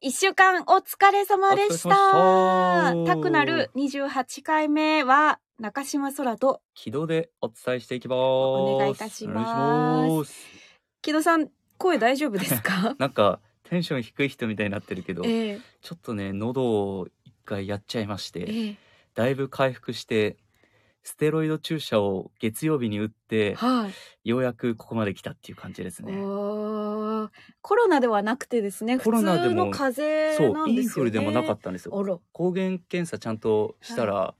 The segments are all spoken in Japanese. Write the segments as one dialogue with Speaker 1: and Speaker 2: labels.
Speaker 1: 一週間お疲れ様でした。
Speaker 2: お疲れ様でした
Speaker 1: たくなる28回目は中島空と
Speaker 2: 軌道でお伝えしていきます。
Speaker 1: お願いいたします
Speaker 2: お願いします
Speaker 1: 木戸さん声大丈夫です か
Speaker 2: なんかテンション低い人みたいになってるけど、
Speaker 1: ええ
Speaker 2: ちょっとね喉を一回やっちゃいまして、
Speaker 1: え
Speaker 2: だいぶ回復して。ステロイド注射を月曜日に打っ
Speaker 1: え
Speaker 2: て
Speaker 1: はい、
Speaker 2: ようやくここまで来たっていう感じですね。
Speaker 1: おーコロナではなくてですね普
Speaker 2: コロナで
Speaker 1: 通
Speaker 2: も
Speaker 1: の風邪
Speaker 2: そ
Speaker 1: な
Speaker 2: う、
Speaker 1: ん
Speaker 2: イ
Speaker 1: で
Speaker 2: ン
Speaker 1: す
Speaker 2: フ
Speaker 1: よね
Speaker 2: ルでもなかったんですよ。
Speaker 1: あら
Speaker 2: 抗原検査ちゃんとしたら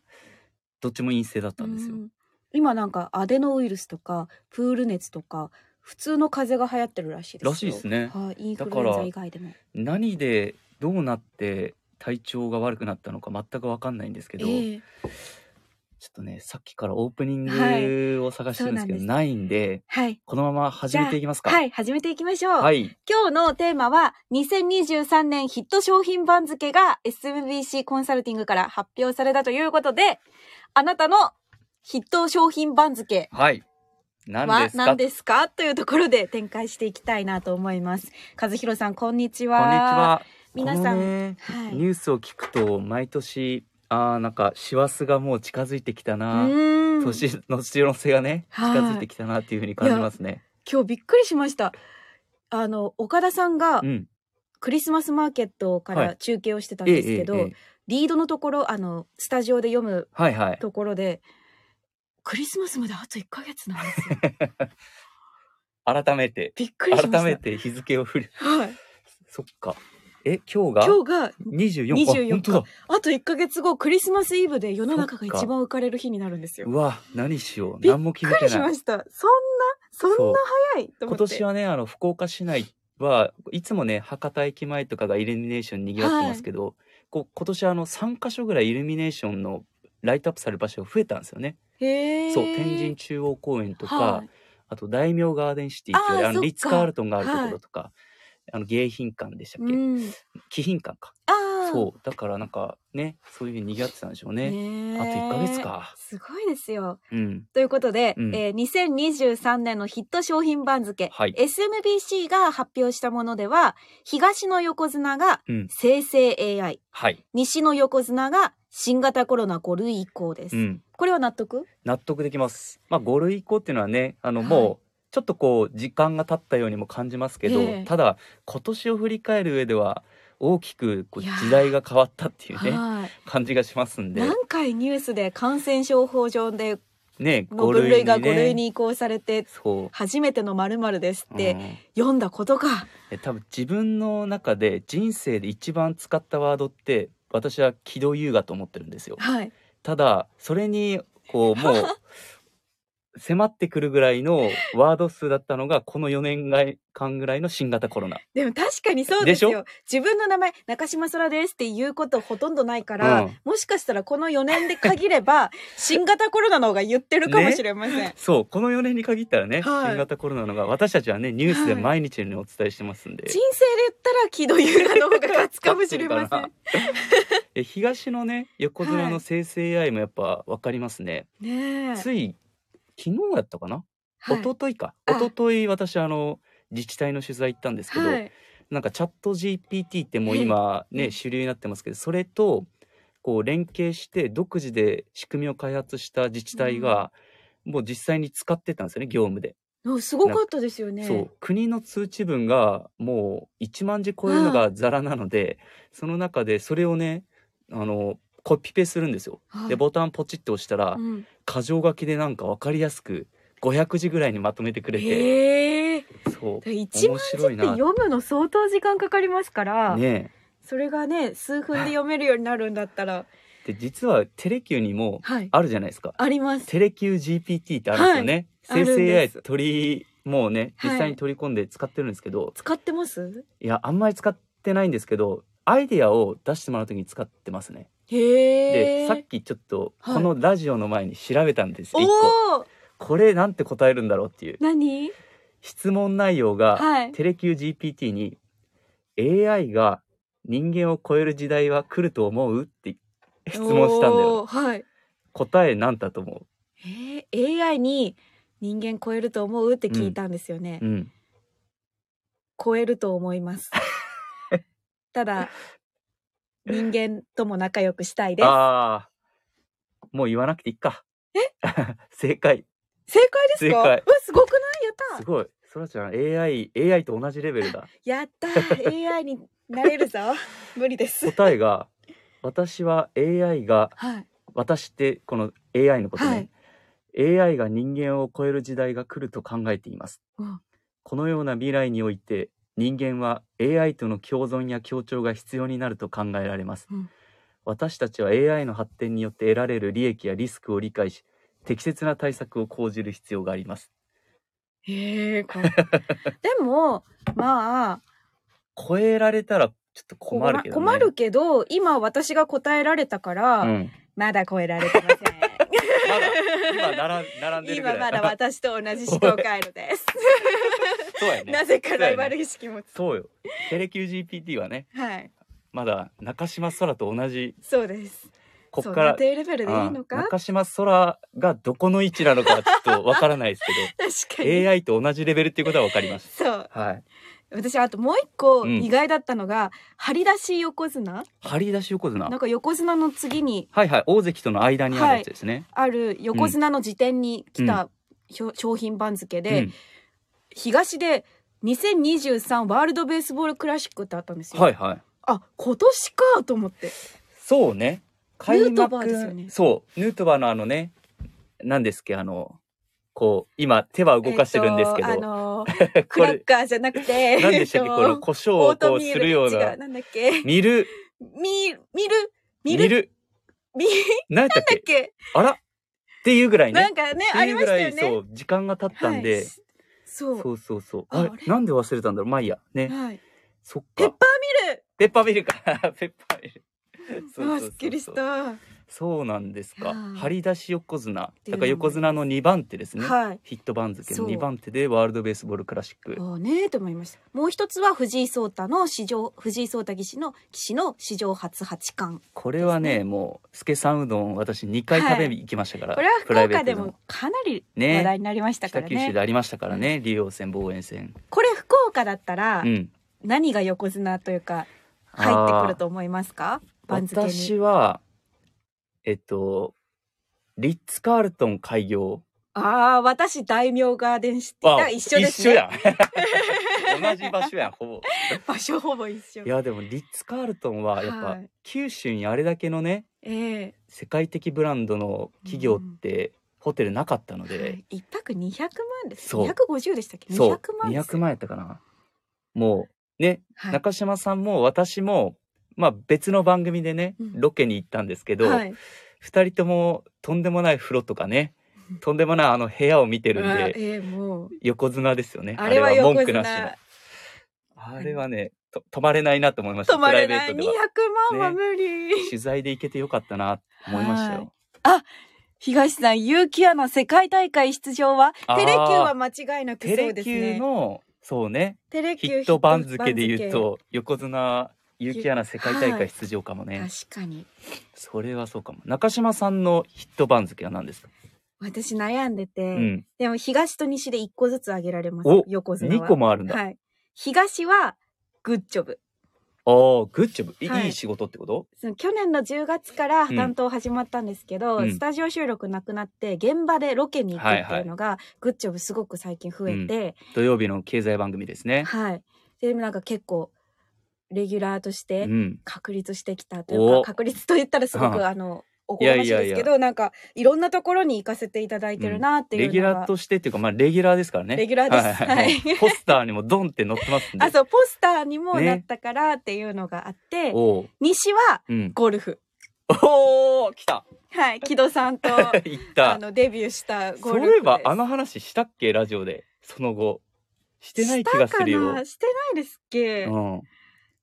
Speaker 2: どっちも陰性だったんですよ。
Speaker 1: うん今なんかアデノウイルスとかプール熱とか普通の風邪が流行ってるらしいですよ
Speaker 2: らしいですね
Speaker 1: はい、インフ
Speaker 2: だ
Speaker 1: ル
Speaker 2: か
Speaker 1: エ
Speaker 2: ら
Speaker 1: ンザ以外でも
Speaker 2: 何でどうなって体調が悪くなったのか全く分かんないんですけど、
Speaker 1: え
Speaker 2: ちょっとねさっきからオープニン
Speaker 1: はい
Speaker 2: グを探してるんですけど、
Speaker 1: そう
Speaker 2: ないんで
Speaker 1: はい
Speaker 2: このまま始めていきますか。
Speaker 1: はい始めていきましょう、
Speaker 2: はい
Speaker 1: 今日のテーマは2023年ヒット商品番付が SMBC コンサルティングから発表されたということであなたのヒット商品番付
Speaker 2: はい何
Speaker 1: は
Speaker 2: ですか
Speaker 1: 何ですかというところで展開していきたいなと思います和弘さんこんにち
Speaker 2: こん
Speaker 1: は
Speaker 2: にちは。
Speaker 1: 皆さん
Speaker 2: このね
Speaker 1: はい
Speaker 2: ニュースを聞くと毎年あーなんか師走がもう近づいてきた
Speaker 1: う
Speaker 2: な、
Speaker 1: ーん
Speaker 2: 年年の瀬がね近
Speaker 1: はい
Speaker 2: づいてきたなっていうふうに感じますね。
Speaker 1: 今日びっくりしましたあの岡田さんが
Speaker 2: うん
Speaker 1: クリスマスマーケットか
Speaker 2: は
Speaker 1: ら
Speaker 2: い
Speaker 1: 中継をしてたん
Speaker 2: ええ
Speaker 1: ですけど、
Speaker 2: ええええ
Speaker 1: リードのところあのスタジオで読む
Speaker 2: はいはい。
Speaker 1: ところでクリスマスまであと1ヶ月なん ですよ
Speaker 2: 改めて
Speaker 1: びっくりしました
Speaker 2: 改めて日付を振り
Speaker 1: はい、
Speaker 2: そっかえ今日が
Speaker 1: 今日が
Speaker 2: 二十四
Speaker 1: 24日
Speaker 2: 本当だ
Speaker 1: あと1ヶ月後クリスマスイブで世の中が一番浮かれる日になるんですよ
Speaker 2: うわ何しよう
Speaker 1: びっ
Speaker 2: 何も決め
Speaker 1: びっく
Speaker 2: て
Speaker 1: りし
Speaker 2: な
Speaker 1: ま
Speaker 2: い
Speaker 1: したそんなそん
Speaker 2: そう
Speaker 1: な早いと思
Speaker 2: 今
Speaker 1: って
Speaker 2: 年はねあの福岡市内はいつもね博多駅前とかがイルミネーションにぎわってますけど、こう今年はあの三箇所ぐらいイルミネーションのライトアップされる場所が増えたんですよね。
Speaker 1: へー
Speaker 2: そう天神中央公園とか、
Speaker 1: はい
Speaker 2: あと大名ガーデンシティってい
Speaker 1: あ
Speaker 2: う
Speaker 1: ー
Speaker 2: あの
Speaker 1: そっか
Speaker 2: リッツ・カールトンがあるところとか、あの迎賓館でしたっ
Speaker 1: う
Speaker 2: け、
Speaker 1: ん、
Speaker 2: 貴賓館か
Speaker 1: ああ
Speaker 2: そうだからなんかねそういうふうに賑わってたんでしょうね
Speaker 1: ね
Speaker 2: あと1ヶ月か
Speaker 1: すごいですよ
Speaker 2: うん
Speaker 1: ということで、
Speaker 2: うん
Speaker 1: えー2023年のヒット商品番付、
Speaker 2: はい
Speaker 1: SMBC が発表したものでは東の横綱が
Speaker 2: うん
Speaker 1: 生成 AI
Speaker 2: はい
Speaker 1: 西の横綱が新型コロナ5類以降です、
Speaker 2: うん
Speaker 1: これは納得
Speaker 2: 納得できますまあ5類以降っていうのはねあの
Speaker 1: はい
Speaker 2: もうちょっとこう時間が経ったようにも感じますけど、
Speaker 1: ええ
Speaker 2: ただ今年を振り返る上では大きくこう
Speaker 1: いやー
Speaker 2: 時代が変わったっていうね
Speaker 1: はい
Speaker 2: 感じがしますんで
Speaker 1: 何回ニュースで感染症法上で
Speaker 2: ね
Speaker 1: の
Speaker 2: 5
Speaker 1: 分
Speaker 2: 類
Speaker 1: 類
Speaker 2: に
Speaker 1: が
Speaker 2: ね
Speaker 1: 5類に移行されて
Speaker 2: そ
Speaker 1: 初めての〇〇です
Speaker 2: う、
Speaker 1: って
Speaker 2: うん
Speaker 1: 読んだことか、
Speaker 2: え多分自分の中で人生で一番使ったワードって私は軌道優雅と思ってるんですよ
Speaker 1: はい
Speaker 2: ただそれにこうもう 迫ってくるぐらいのワード数だったのがこの4年間ぐらいの新型コロナ
Speaker 1: でも確かにそうです
Speaker 2: でし
Speaker 1: よ自分の名前中島空ですって言うことほとんどないから、
Speaker 2: うん
Speaker 1: もしかしたらこの4年で限れ ば新型コロナの方が言ってるかもしれません、
Speaker 2: そうこの4年に限ったらね、
Speaker 1: はい
Speaker 2: 新型コロナのが私たちはねニュースで
Speaker 1: はい
Speaker 2: 毎日のようにお伝えしてますんで、
Speaker 1: 人生で言ったら喜怒優雅の方が勝つかもしれません
Speaker 2: え東のね横綱
Speaker 1: は
Speaker 2: の
Speaker 1: い
Speaker 2: 生成 AI もやっぱ分かりますね、
Speaker 1: ねえ、
Speaker 2: つい昨日やったかな
Speaker 1: はい、
Speaker 2: 一昨日か
Speaker 1: あ
Speaker 2: 一昨日私あの自治体の取材行ったんですけど、
Speaker 1: はい
Speaker 2: なんかチャット GPT ってもう今ね、
Speaker 1: うん
Speaker 2: 主流になってますけどそれとこう連携して独自で仕組みを開発した自治体が、もう実際に使ってたんですよね業務で、
Speaker 1: あすごかったですよね
Speaker 2: そう国の通知文がもう1万字超えるのがざらなので、その中でそれをねあのコピペするんですよ。
Speaker 1: はい
Speaker 2: でボタンポチッと押したら、
Speaker 1: うん
Speaker 2: 箇条書きでなんか分かりやすく500字ぐらいにまとめてくれて、
Speaker 1: へえ
Speaker 2: そう
Speaker 1: 1万字って読むの相当時間かかりますから、
Speaker 2: ね
Speaker 1: それがね数分で読めるようになるんだったら
Speaker 2: えで実はテレキューにも
Speaker 1: はい
Speaker 2: あるじゃないですか
Speaker 1: あります
Speaker 2: テレキュー GPT ってあるんですよね、
Speaker 1: はい
Speaker 2: 生
Speaker 1: あるん
Speaker 2: 成
Speaker 1: で
Speaker 2: AI
Speaker 1: す
Speaker 2: 取りもうね
Speaker 1: はい
Speaker 2: 実際に取り込んで使ってるんですけど、
Speaker 1: 使ってます
Speaker 2: い、やあんまり使ってないんですけどアイデアを出してもらう時に使ってますね
Speaker 1: へ
Speaker 2: で
Speaker 1: え
Speaker 2: さっきちょっと
Speaker 1: はい
Speaker 2: このラジオの前に調べたんです、一個
Speaker 1: おお
Speaker 2: これなんて答えるんだろうっていう
Speaker 1: 何
Speaker 2: 質問内容が、
Speaker 1: はい
Speaker 2: テレキュー GPT に AI が人間を超える時代は来ると思うって質問したんだよ
Speaker 1: おーはい
Speaker 2: 答えなんだと思
Speaker 1: えー、AI に人間超えると思うって聞いたんですよね、
Speaker 2: ううん
Speaker 1: 超えると思いますただ、人間とも仲良くしたいです。
Speaker 2: ああ。もう言わなくていいか。え 正解。
Speaker 1: 正解ですか
Speaker 2: 正解
Speaker 1: うわすごくないやっ
Speaker 2: す
Speaker 1: た
Speaker 2: ごい。そらちゃん、AI、AI と同じレ ベルだ。
Speaker 1: やったー AI になれる ぞ無理です。
Speaker 2: 答えが、私は AI が、
Speaker 1: はい。
Speaker 2: 私ってこの AI のことね。
Speaker 1: はい
Speaker 2: AI が人間を超える時代が来ると考えています。
Speaker 1: うん
Speaker 2: このような未来において、人間は AI との共存や協調が必要になると考えられます。
Speaker 1: うん
Speaker 2: 私たちは AI の発展によって得られる利益やリスクを理解し、適切な対策を講じる必要があります。
Speaker 1: へえ、こでも、まあ、
Speaker 2: 超えられたらちょっと困るけど、ね、
Speaker 1: 困るけど、今私が答えられたから、
Speaker 2: うん、
Speaker 1: まだ超えられてません。
Speaker 2: まだ今並ん並んでるぐら
Speaker 1: 今
Speaker 2: い
Speaker 1: まだ私と同じ思考回路です。
Speaker 2: そう やね
Speaker 1: なぜかライバル意識もつ、
Speaker 2: そうよテレキュー GPT はね
Speaker 1: はい。
Speaker 2: まだ中島空と同じ
Speaker 1: そうです。
Speaker 2: こ
Speaker 1: そ
Speaker 2: っ
Speaker 1: う
Speaker 2: から
Speaker 1: 家庭レベルでいいの
Speaker 2: うん
Speaker 1: か
Speaker 2: 中島空がどこの位置なのかはちょっとわからないです
Speaker 1: 確か
Speaker 2: け
Speaker 1: に。
Speaker 2: ど AI と同じレベルっていうことはわかります
Speaker 1: そう。
Speaker 2: はい
Speaker 1: 私、あともう一個
Speaker 2: うん
Speaker 1: 意外だったのが、張り出し横綱
Speaker 2: 張り出し横綱
Speaker 1: なんか横綱の次に
Speaker 2: はいはい大関との間にあるやつですね、
Speaker 1: ある横綱の辞典に来たひょ、商品番付で、
Speaker 2: うん
Speaker 1: 東で2023ワールドベースボールクラシックってあったんですよ。
Speaker 2: はいはい
Speaker 1: あ今年かと思って。
Speaker 2: そうね。
Speaker 1: ヌ
Speaker 2: 開
Speaker 1: ート
Speaker 2: 幕
Speaker 1: バーですよね
Speaker 2: そう。ヌートバーのあのね、何ですっけ、あの、こう、今手は動かしてるんですけど、
Speaker 1: えっとあのーク
Speaker 2: こ
Speaker 1: ラッ
Speaker 2: れ、
Speaker 1: カーじゃなくて
Speaker 2: 何でしたっけ、
Speaker 1: えっ
Speaker 2: こ との胡椒
Speaker 1: オ
Speaker 2: を
Speaker 1: ート
Speaker 2: こう
Speaker 1: ミー
Speaker 2: す
Speaker 1: ル
Speaker 2: るよう
Speaker 1: 違
Speaker 2: な。
Speaker 1: なんだっけ
Speaker 2: 見る、
Speaker 1: 見る見る見
Speaker 2: 見
Speaker 1: る
Speaker 2: る、
Speaker 1: 見る
Speaker 2: 何やった
Speaker 1: だ
Speaker 2: っ
Speaker 1: っ
Speaker 2: け、
Speaker 1: け
Speaker 2: あらっていうぐらい
Speaker 1: な
Speaker 2: ね
Speaker 1: ん。かね
Speaker 2: って
Speaker 1: あ
Speaker 2: い
Speaker 1: り
Speaker 2: う
Speaker 1: ま
Speaker 2: ぐ
Speaker 1: し
Speaker 2: ら
Speaker 1: た
Speaker 2: い、
Speaker 1: よね。
Speaker 2: そう、時間が経ったん
Speaker 1: は
Speaker 2: で
Speaker 1: い、、そう
Speaker 2: そうそうそう。
Speaker 1: あ
Speaker 2: あれ
Speaker 1: あれ
Speaker 2: なんで忘れたんだろうまあいいや。ね。
Speaker 1: はい、
Speaker 2: そっ
Speaker 1: ペッ
Speaker 2: か
Speaker 1: パ。ーミル
Speaker 2: ペッパーミルか。 ペッパーミル。そうそう
Speaker 1: あ
Speaker 2: そ
Speaker 1: す
Speaker 2: う
Speaker 1: っきりした。は
Speaker 2: そうなんですか。
Speaker 1: はい
Speaker 2: 張り出し横綱。
Speaker 1: ていうの
Speaker 2: だか
Speaker 1: も
Speaker 2: ら横綱の2番手ですね。
Speaker 1: い。
Speaker 2: ヒット番付の
Speaker 1: そう
Speaker 2: 2番手でワールドベースボールクラシック。
Speaker 1: そうねと思いました。もう一つは藤井聡太の史上藤井聡太棋士の棋士の史上初八冠。
Speaker 2: これは
Speaker 1: です
Speaker 2: ね、もう、スケさんうどん、私2回
Speaker 1: はい
Speaker 2: 食べに行きましたから、
Speaker 1: これは
Speaker 2: プ
Speaker 1: 福
Speaker 2: ライベー
Speaker 1: 岡
Speaker 2: ト
Speaker 1: でもかなり
Speaker 2: ね
Speaker 1: 話題になりましたか
Speaker 2: 北
Speaker 1: ら
Speaker 2: 九
Speaker 1: ね
Speaker 2: 州でありましたからね、竜王戦、防衛戦。
Speaker 1: これ福岡だったら
Speaker 2: うん。
Speaker 1: 何が横綱というか入ってくると思いますか番付に
Speaker 2: 私は、えっと、リッツ・カールトン開業。
Speaker 1: ああ私大名ガーデンシティだ一緒です
Speaker 2: 一緒
Speaker 1: ね
Speaker 2: やん。同じ場所やん、ほぼ。
Speaker 1: 場所ほぼ一緒
Speaker 2: いや、でも、リッツ・カールトンは、やっぱ、
Speaker 1: はい
Speaker 2: 九州にあれだけのね、
Speaker 1: ええ
Speaker 2: 世界的ブランドの企業って、ホテルなかったので、
Speaker 1: はい一泊200万です
Speaker 2: そう
Speaker 1: 250でしたっけ200
Speaker 2: そう
Speaker 1: 万です
Speaker 2: 200万やったかなもうね、
Speaker 1: はい
Speaker 2: 中島さんも私もまあ別の番組でね、
Speaker 1: うん
Speaker 2: ロケに行ったんですけど、二
Speaker 1: はい
Speaker 2: 人ともとんでもない風呂とかねとんでもないあの部屋を見てるん
Speaker 1: うわえ
Speaker 2: で
Speaker 1: えもう
Speaker 2: 横綱ですよね
Speaker 1: あれは横
Speaker 2: 文句
Speaker 1: 綱
Speaker 2: なしのあれはねと泊まれないなと思いました
Speaker 1: 止まれない200
Speaker 2: プライベート
Speaker 1: 万は無理、
Speaker 2: では取材で行けてよかったなと思いました
Speaker 1: はい
Speaker 2: よ
Speaker 1: 東さん結城アナ世界大会出場は
Speaker 2: あー
Speaker 1: テレキューは間違いなく
Speaker 2: テ
Speaker 1: そう
Speaker 2: レ
Speaker 1: です
Speaker 2: キュー
Speaker 1: ね
Speaker 2: のそうね
Speaker 1: テレ
Speaker 2: ヒ
Speaker 1: キュー
Speaker 2: ット番付で言うと横綱結城アナ世界大会出場かもね、
Speaker 1: 確かに
Speaker 2: それはそうかも。中島さんのヒット番付は何ですか。
Speaker 1: 私悩んでて、
Speaker 2: うん。
Speaker 1: でも東と西で1個ずつ上げられます
Speaker 2: お
Speaker 1: 横綱は
Speaker 2: 二個もあるんだ。あ
Speaker 1: はい東はグッジョブ
Speaker 2: あー、グッジョブ。い
Speaker 1: はい
Speaker 2: いい仕事ってこと。
Speaker 1: その去年の10月から
Speaker 2: うん
Speaker 1: 担当始まったんですけど、
Speaker 2: うん
Speaker 1: スタジオ収録なくなって現場でロケに行くっていうのが、グッジョブすごく最近増えて、
Speaker 2: 土曜日の経済番組ですね。
Speaker 1: はい。で、なんか結構、レギュラーとし
Speaker 2: う
Speaker 1: て、
Speaker 2: ん。
Speaker 1: 確立してきたというか、
Speaker 2: お
Speaker 1: 確立と言ったらすご
Speaker 2: は
Speaker 1: く、
Speaker 2: あ
Speaker 1: あの、おこがましいですけ
Speaker 2: いやいや
Speaker 1: ど、なんか、いろんなところに行かせていただいてるなっていう
Speaker 2: レギュ
Speaker 1: のが、
Speaker 2: ラーとしてっていうか、まあ、レギュラーですからね。
Speaker 1: レギュラーですはい
Speaker 2: もうポスターにもドンって載ってますんで。
Speaker 1: あ、そう、ポスターにも
Speaker 2: ね
Speaker 1: なったからっていうのがあって、
Speaker 2: おう。
Speaker 1: 西は
Speaker 2: うん。
Speaker 1: ゴルフ。
Speaker 2: おお、来 た。
Speaker 1: はい、木戸さん と、
Speaker 2: いっ
Speaker 1: あ
Speaker 2: た。
Speaker 1: の、デビューしたゴ
Speaker 2: そ
Speaker 1: ルフで
Speaker 2: う
Speaker 1: す。
Speaker 2: いえば、あの話したっけ、ラジオで。その後。してない気がする
Speaker 1: した
Speaker 2: よ
Speaker 1: かな。してないですっけ、
Speaker 2: うん。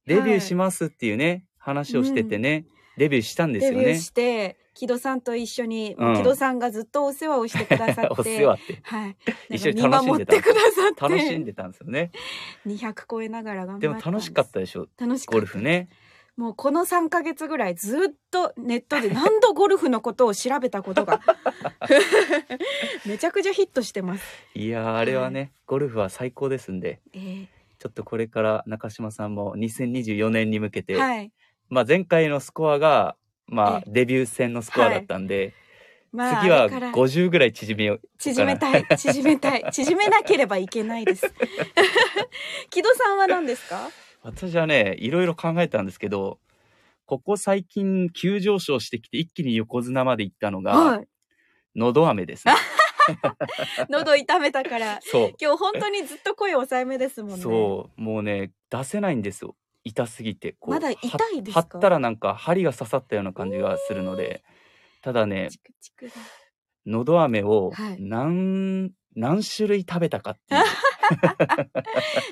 Speaker 2: デビューしますっていうね、話をしててね、デビューしたんです
Speaker 1: デ
Speaker 2: よ
Speaker 1: ビュー
Speaker 2: ね。
Speaker 1: して、木戸さんと一緒に、
Speaker 2: うん
Speaker 1: 木戸さんがずっとお世話をしてくださって。
Speaker 2: お世話って。
Speaker 1: はい。
Speaker 2: 一緒に
Speaker 1: なんか
Speaker 2: 楽し
Speaker 1: 見守
Speaker 2: んでた
Speaker 1: ってくださって。
Speaker 2: 楽しんでたんですよ ね。
Speaker 1: 200超えながら頑張
Speaker 2: で
Speaker 1: っ
Speaker 2: も
Speaker 1: たんす。
Speaker 2: 楽しかったでしょ
Speaker 1: 楽しかった。
Speaker 2: ゴルフ。ね。
Speaker 1: もうこの3ヶ月ぐらいずっとネットで何度ゴルフのことを調べたこと が。めちゃくちゃヒットしてます。
Speaker 2: いやーあれはね、ゴルフは最高ですんで
Speaker 1: えー
Speaker 2: ちちょっとこれから中島さんも2024年に向けて、
Speaker 1: はい。
Speaker 2: まあ、前回のスコアが、まあ、
Speaker 1: え
Speaker 2: デビュー戦のスコアだったんで、
Speaker 1: まあ、
Speaker 2: 次
Speaker 1: あ
Speaker 2: は
Speaker 1: れから
Speaker 2: 50ぐらい縮めよう
Speaker 1: 縮めたい、 縮めたい、縮めなければいけないです。 木戸さんは何ですか
Speaker 2: 私はねいろいろ考えたんですけどここ最近急上昇してきて一気に横綱まで行ったのが
Speaker 1: はい。
Speaker 2: のど飴ですね。
Speaker 1: 喉痛めたから。
Speaker 2: そう
Speaker 1: 今日本当にずっと声抑えめですもんね。
Speaker 2: そうもうね出せないんですよ痛すぎてこう
Speaker 1: まだ痛いですか
Speaker 2: は張ったらなんか針が刺さったような感じがするのでただね
Speaker 1: チクチクだ
Speaker 2: のど飴を
Speaker 1: はい
Speaker 2: 何,、何種類食べたかっていう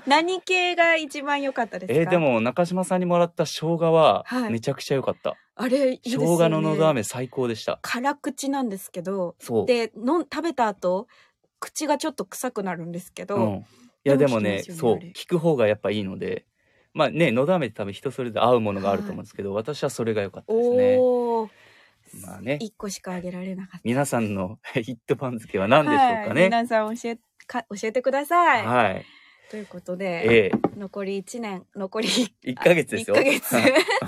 Speaker 1: 何系が一番良かったですか。
Speaker 2: えーでも中島さんにもらった生姜は
Speaker 1: はい
Speaker 2: めちゃくちゃ良かった、
Speaker 1: あれいいです
Speaker 2: 生
Speaker 1: よ、ね。
Speaker 2: 姜ののど飴最高でした
Speaker 1: 辛口なんですけど、
Speaker 2: そう
Speaker 1: でのん食べた後口がちょっと臭くなるんですけど、
Speaker 2: うん、いや
Speaker 1: で
Speaker 2: で
Speaker 1: も聞きま
Speaker 2: もね
Speaker 1: すよね
Speaker 2: そう
Speaker 1: あれ
Speaker 2: 聞く方がやっぱいいのでまあねのだめって多分人それぞれ合うものがあると思うんですけど、私はそれが良かったですね
Speaker 1: おお、
Speaker 2: まあね
Speaker 1: 一個しかあげられなかった。
Speaker 2: 皆さんの ヒット番付は何でしょうか
Speaker 1: はい、
Speaker 2: ね
Speaker 1: 皆さん教えか教えてください。
Speaker 2: はい、
Speaker 1: ということで、
Speaker 2: え
Speaker 1: 残り一年残り1
Speaker 2: え一ヶ月ですよ
Speaker 1: 1ヶ月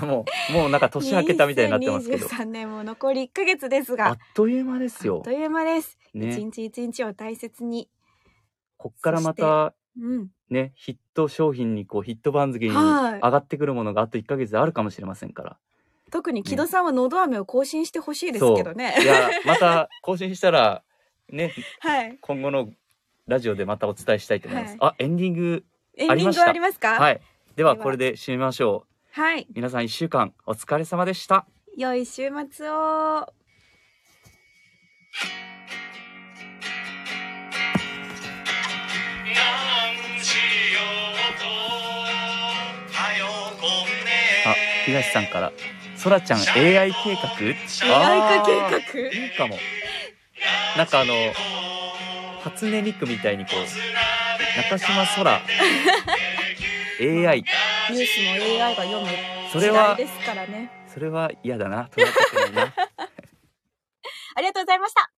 Speaker 2: もうもうなんか年明けたみたいになってますけど
Speaker 1: 2023年も残り1ヶ月です
Speaker 2: あ
Speaker 1: が
Speaker 2: っ、という間で
Speaker 1: あ
Speaker 2: す
Speaker 1: っ
Speaker 2: よ
Speaker 1: という間です。一、
Speaker 2: ね
Speaker 1: 日一日を大切に。
Speaker 2: こっからまた
Speaker 1: うん。
Speaker 2: ねヒット商品にこうヒット番付に
Speaker 1: はい
Speaker 2: 上がってくるものがあと一ヶ月であるかもしれませんから
Speaker 1: 特に木戸さんはのど飴を更新してほしいですけどね。
Speaker 2: い やまた更新したら ね
Speaker 1: はい。
Speaker 2: 今後のラジオでまたお伝えしたいと思います。
Speaker 1: はい
Speaker 2: あ、エンディング。
Speaker 1: エンディングはありますか。
Speaker 2: はいい。ではこれで締めましょう。
Speaker 1: はい。
Speaker 2: 皆さん一週間お疲れ様でした。
Speaker 1: 良い週末を。
Speaker 3: なんしようとはよこんね
Speaker 2: あ、東さんから、そらちゃん AI 計画
Speaker 1: AI 化
Speaker 2: あ
Speaker 1: 計
Speaker 2: ーいいかも。なんかあの、
Speaker 3: の
Speaker 2: 初音ミクみたいにこう、中島 そら、AI。
Speaker 1: 画ニュースも AI が読む
Speaker 2: そ
Speaker 1: 時
Speaker 2: れ
Speaker 1: 代
Speaker 2: は
Speaker 1: で、すからね。
Speaker 2: それは嫌だな。捉えたくないな。
Speaker 1: ありがとうございました。